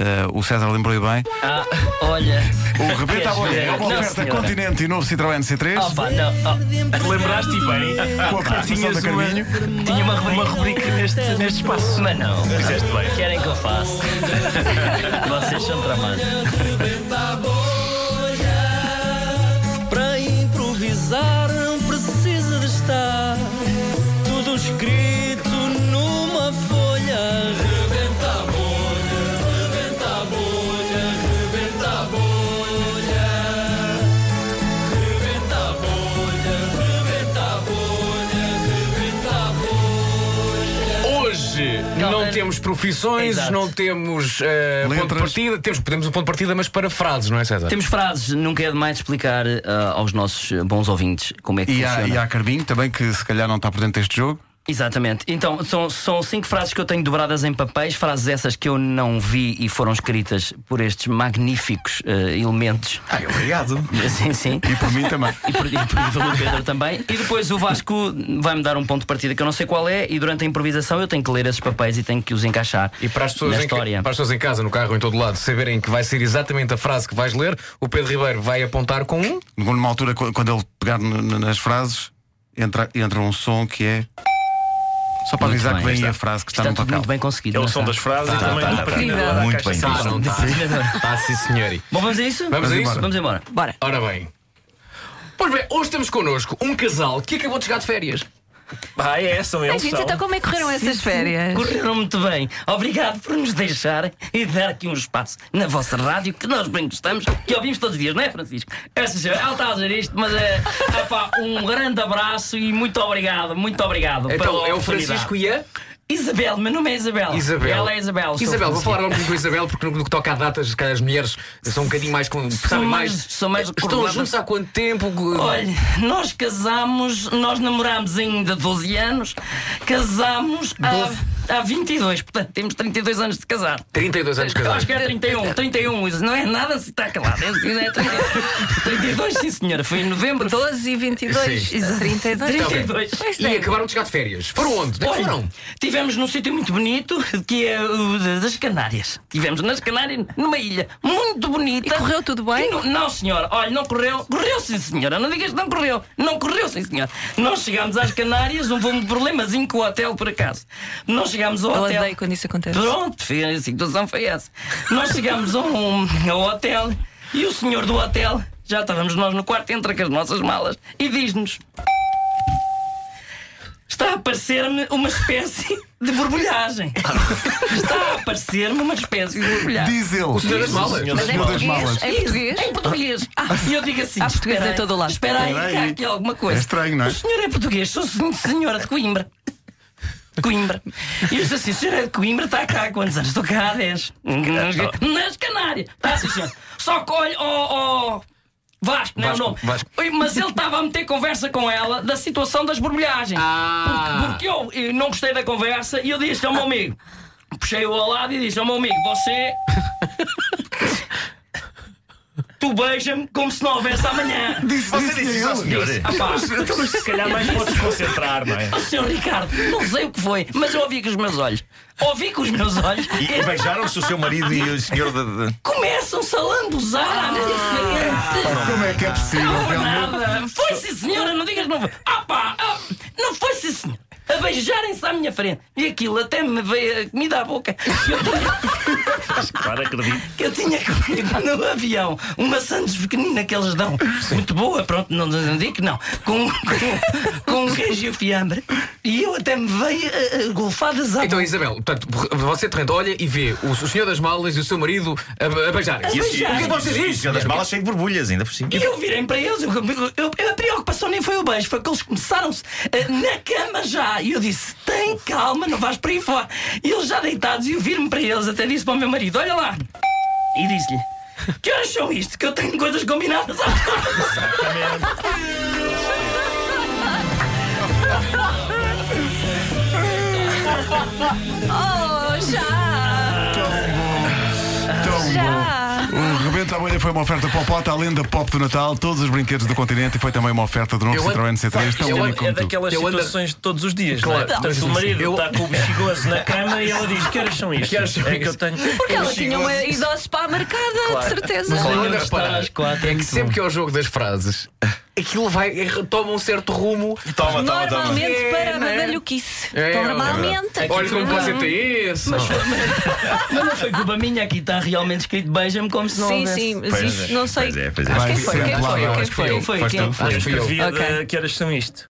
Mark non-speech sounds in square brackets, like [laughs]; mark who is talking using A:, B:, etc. A: Eh, o César lembrou bem.
B: Ah, olha.
A: O Rebenta à
B: Queres
A: Bolha
B: ver?
A: é uma
B: Não,
A: oferta
B: senhora.
A: Continente e novo Citroën C3.
B: Oh, pá, não. oh.
C: Lembraste bem.
A: Com a participação da
C: Tinhas uma-
A: Carminho.
B: Tinha uma rubrica,
C: Uma rubrica neste, neste espaço.
B: mas não.
C: Fizeste bem.
B: Querem que eu [laughs] faça? Vocês são tramados.
D: Para improvisar não precisa de estar tudo escrito numa folha. Rebenta a bolha, rebenta a bolha, rebenta a bolha. Rebenta a bolha, rebenta a bolha, rebenta a bolha.
E: Hoje não
B: Calma.
E: temos profissões,
B: Exato.
E: não temos eh, ponto
A: Letras.
E: de partida, temos, temos um ponto de partida, mas para frases, não é, César?
B: Temos frases, nunca é demais explicar ah, aos nossos eh, bons ouvintes como é que
A: E há,
B: funciona.
A: e há Carminho também, que se calhar não está por dentro deste jogo.
B: Exatamente. Então, são, são cinco frases que eu tenho dobradas em papéis, frases essas que eu não vi e foram escritas por estes magníficos eh, elementos. [laughs]
A: Ai, obrigado.
B: Sim, sim.
A: E por mim também.
B: E por, e por pelo Pedro também. E depois o Vasco vai-me dar um ponto de partida que eu não sei qual é, e durante a improvisação eu tenho que ler esses papéis e tenho que os encaixar
E: E para as, pessoas
B: na
E: em, ca-
B: história.
E: para as pessoas em casa, no carro, em todo lado, saberem que vai ser exatamente a frase que vais ler, o Pedro Ribeiro vai apontar com um.
A: Numa altura, qu- quando ele pegar n- n- nas frases, entra, entra um som que é. Só para
B: Muito
A: avisar
B: bem,
A: que vem
B: está.
A: a frase que está,
B: Está
A: no
B: tudo
A: papel.
B: muito bem conseguido.
C: É o
B: não
C: som
B: está?
C: das frases e
E: Tá,
C: também
E: tá,
C: do
E: tá, tá.
C: prendedor à
F: Muito
C: caixa
F: bem
C: sonora.
F: visto.
E: não está. Está sim, senhor.
B: Bom, vamos a isso?
E: Vamos a isso?
B: Vamos embora.
G: Bora.
E: Ora bem. Pois bem, hoje temos connosco um casal que acabou de chegar de férias.
C: Ah, é, são
G: Ai,
C: eles.
G: gente,
C: são.
G: então como é que correram essas férias?
B: Correram muito bem. Obrigado por nos deixarem e dar aqui um espaço na vossa rádio que nós bem gostamos, que ouvimos todos os dias, não é, Francisco? É, senhor. Ela está a dizer isto, mas é. [laughs] epá, um grande abraço e muito obrigado, muito obrigado.
E: Então
B: pela
E: é o
B: oportunidade.
E: Francisco e a
B: Isabel, meu nome é Isabel.
E: Isabel.
B: Ela é Isabel. sou
E: Isabel, vou
B: Francisco.
E: falar um pouco com a Isabel, porque no que toca a datas, se calhar as mulheres são um bocadinho mais. com- sabem
B: mais- são mais
E: Estão
B: recordadas.
E: juntos há quanto tempo?
B: Olha, nós casamos, nós namorámos ainda 12 anos, casamos há, há 22, portanto temos 32 anos de casar.
E: 32 anos de
B: Eu acho
E: casados.
B: que é 31, 31, isso não é nada se está calado. É, é 32. 32, sim senhora, foi em novembro.
G: 12 e 22,
E: Sim.
G: e 32.
E: Tá bem.
B: 32.
G: Pois
E: E
G: é.
E: acabaram de chegar de férias. Foram onde? Onde é que
B: Olha,
E: foram?
B: tivemos num sítio muito bonito que é o de- das Canárias. Tivemos nas Canárias, numa ilha muito bonita.
G: E correu tudo bem?
B: Que Não, não, senhora. Olha, não correu. Correu, sim, senhora. Não digas que não correu. Não correu, sim, senhora. Nós chegámos às Canárias, houve um problemazinho com o hotel, por acaso. Nós chegámos ao
G: Eu
B: hotel.
G: odeio quando isso acontece.
B: Pronto, foi- a situação foi essa. Nós chegámos a um- ao hotel e o senhor do hotel, já estávamos nós no quarto, entra com as nossas malas e diz-nos: Está a aparecer-me uma espécie de borbulhagem. Está a aparecer-me uma espécie de borbulhagem.
A: Diz ele. O
E: senhor das malas.
G: Mas em
A: Uma das
G: português, É
A: malas.
G: em
B: Isso,
G: português,
B: Em português. E eu digo assim:
G: Há português
B: espera
G: em
B: aí,
G: todo o lado.
B: Espera aí,
A: Espera
B: que há
A: aí.
B: aqui alguma
A: É
B: coisa.
A: estranho, não
B: O
A: é?
B: senhor é português, sou sen- senhora de Coimbra. Coimbra. E eu disse assim: senhora de Coimbra está cá há quantos anos? Estou cá há 10. Nas Canárias. Está assim, senhor. Só que olha, oh, oh. Vasco, não é o
E: Vasco,
B: nome.
E: Vasco.
B: Oi, Mas ele estava a meter conversa com ela da situação das borbulhagens.
E: Ah.
B: Porque, porque eu, eh, não gostei da conversa e eu disse ao meu amigo. Puxei-o ao lado e disse ao meu amigo:
F: [laughs]
B: Você. tu beija-me como se não houvesse amanhã.
A: Diz,
F: Você disse isso à
A: ele.
F: senhora?
B: Ah, pá.
F: [laughs]
C: Se calhar mais podes concentrar, não é?
B: Oh, Senhor Ricardo, não sei o que foi, mas eu ouvi com os meus olhos. Ouvi com os meus olhos.
F: E e beijaram-se o seu marido e o senhor da. da-
B: Começam-se a lambuzar à minha frente.
A: Como é que é possível?
B: Não foi
A: realmente?
B: nada. Foi sim, senhora, não digas que não foi. Ah, pá, ah, não foi sim, senhora. A beijarem-se à minha frente. E aquilo até me veio a comida à boca. Eu tinha,
C: Claro, acredito.
B: que eu tinha comido no avião uma sandes pequenina que eles dão. Muito boa, pronto, não, não digo que não. Com, com, com um queijo e o fiambre. E eu até me veio ah, ah, golfadas à
E: Então, Isabel, portanto, você de repente olha e vê o, o senhor das malas e o seu marido a, a beijarem.
B: E esse-
E: O que é que vocês
F: E o senhor das
E: dizem?
F: malas cheio de borbulhas, ainda por cima.
B: E eu virei para eles, eu, eu- eu- a preocupação nem foi o beijo, foi que eles começaram-se eh, na cama já. E eu disse: tem calma, não vais para aí fora. E eles já deitados, e eu vir-me para eles, até disse para o meu marido: olha lá. E disse-lhe: que horas são isto? Que eu tenho coisas combinadas à
G: Oh, já!
A: Tão
G: Já!
A: bom. Então, O Rebenta a Bolha foi uma oferta Popota, além da pop do Natal, todos os brinquedos do continente e foi também uma oferta do novo
E: Eu ando-
A: Citroën C3, tão
E: eu
A: único
E: ando-
A: como
C: É
A: tu.
C: daquelas
E: Eu ando-
C: situações de todos os dias.
E: Claro.
C: não é? Portanto, o marido
E: Eu-
C: está com o bexigoso na cama e ela diz: Que horas são isto?
E: Que horas são
C: é que
E: isto?
C: eu tenho.
G: Porque ela tinha uma almoço para a marcada, de certeza.
E: Mas olha,
H: Íamos estar
E: repara,
H: às quatro,
E: é que
H: muito
E: sempre
H: bom.
E: que é o jogo das frases, aquilo vai, toma um certo rumo.
F: Toma, toma, toma.
G: Normalmente
E: toma.
G: para
E: É,
G: a
E: não é?
G: badalhoquice.
E: É, é
G: Normalmente.
E: Olha como você tem isso.
B: Mas não foi culpa minha, aqui está realmente escrito beija-me como se não
G: Sim,
B: houvesse.
G: sim, mas
F: Pois
G: isto
F: é,
G: não sei.
F: pois é, pois é.
G: Acho que
E: Vai
G: quem foi,
E: sempre
G: quem
E: lá,
G: foi,
E: eu
G: quem
E: acho que fui
G: foi.
E: eu.
B: Foi
E: Foste
B: quem? é
E: tu?
C: Eu
E: Foste tu.
C: escrevia
G: Ok.
C: de que horas são isto.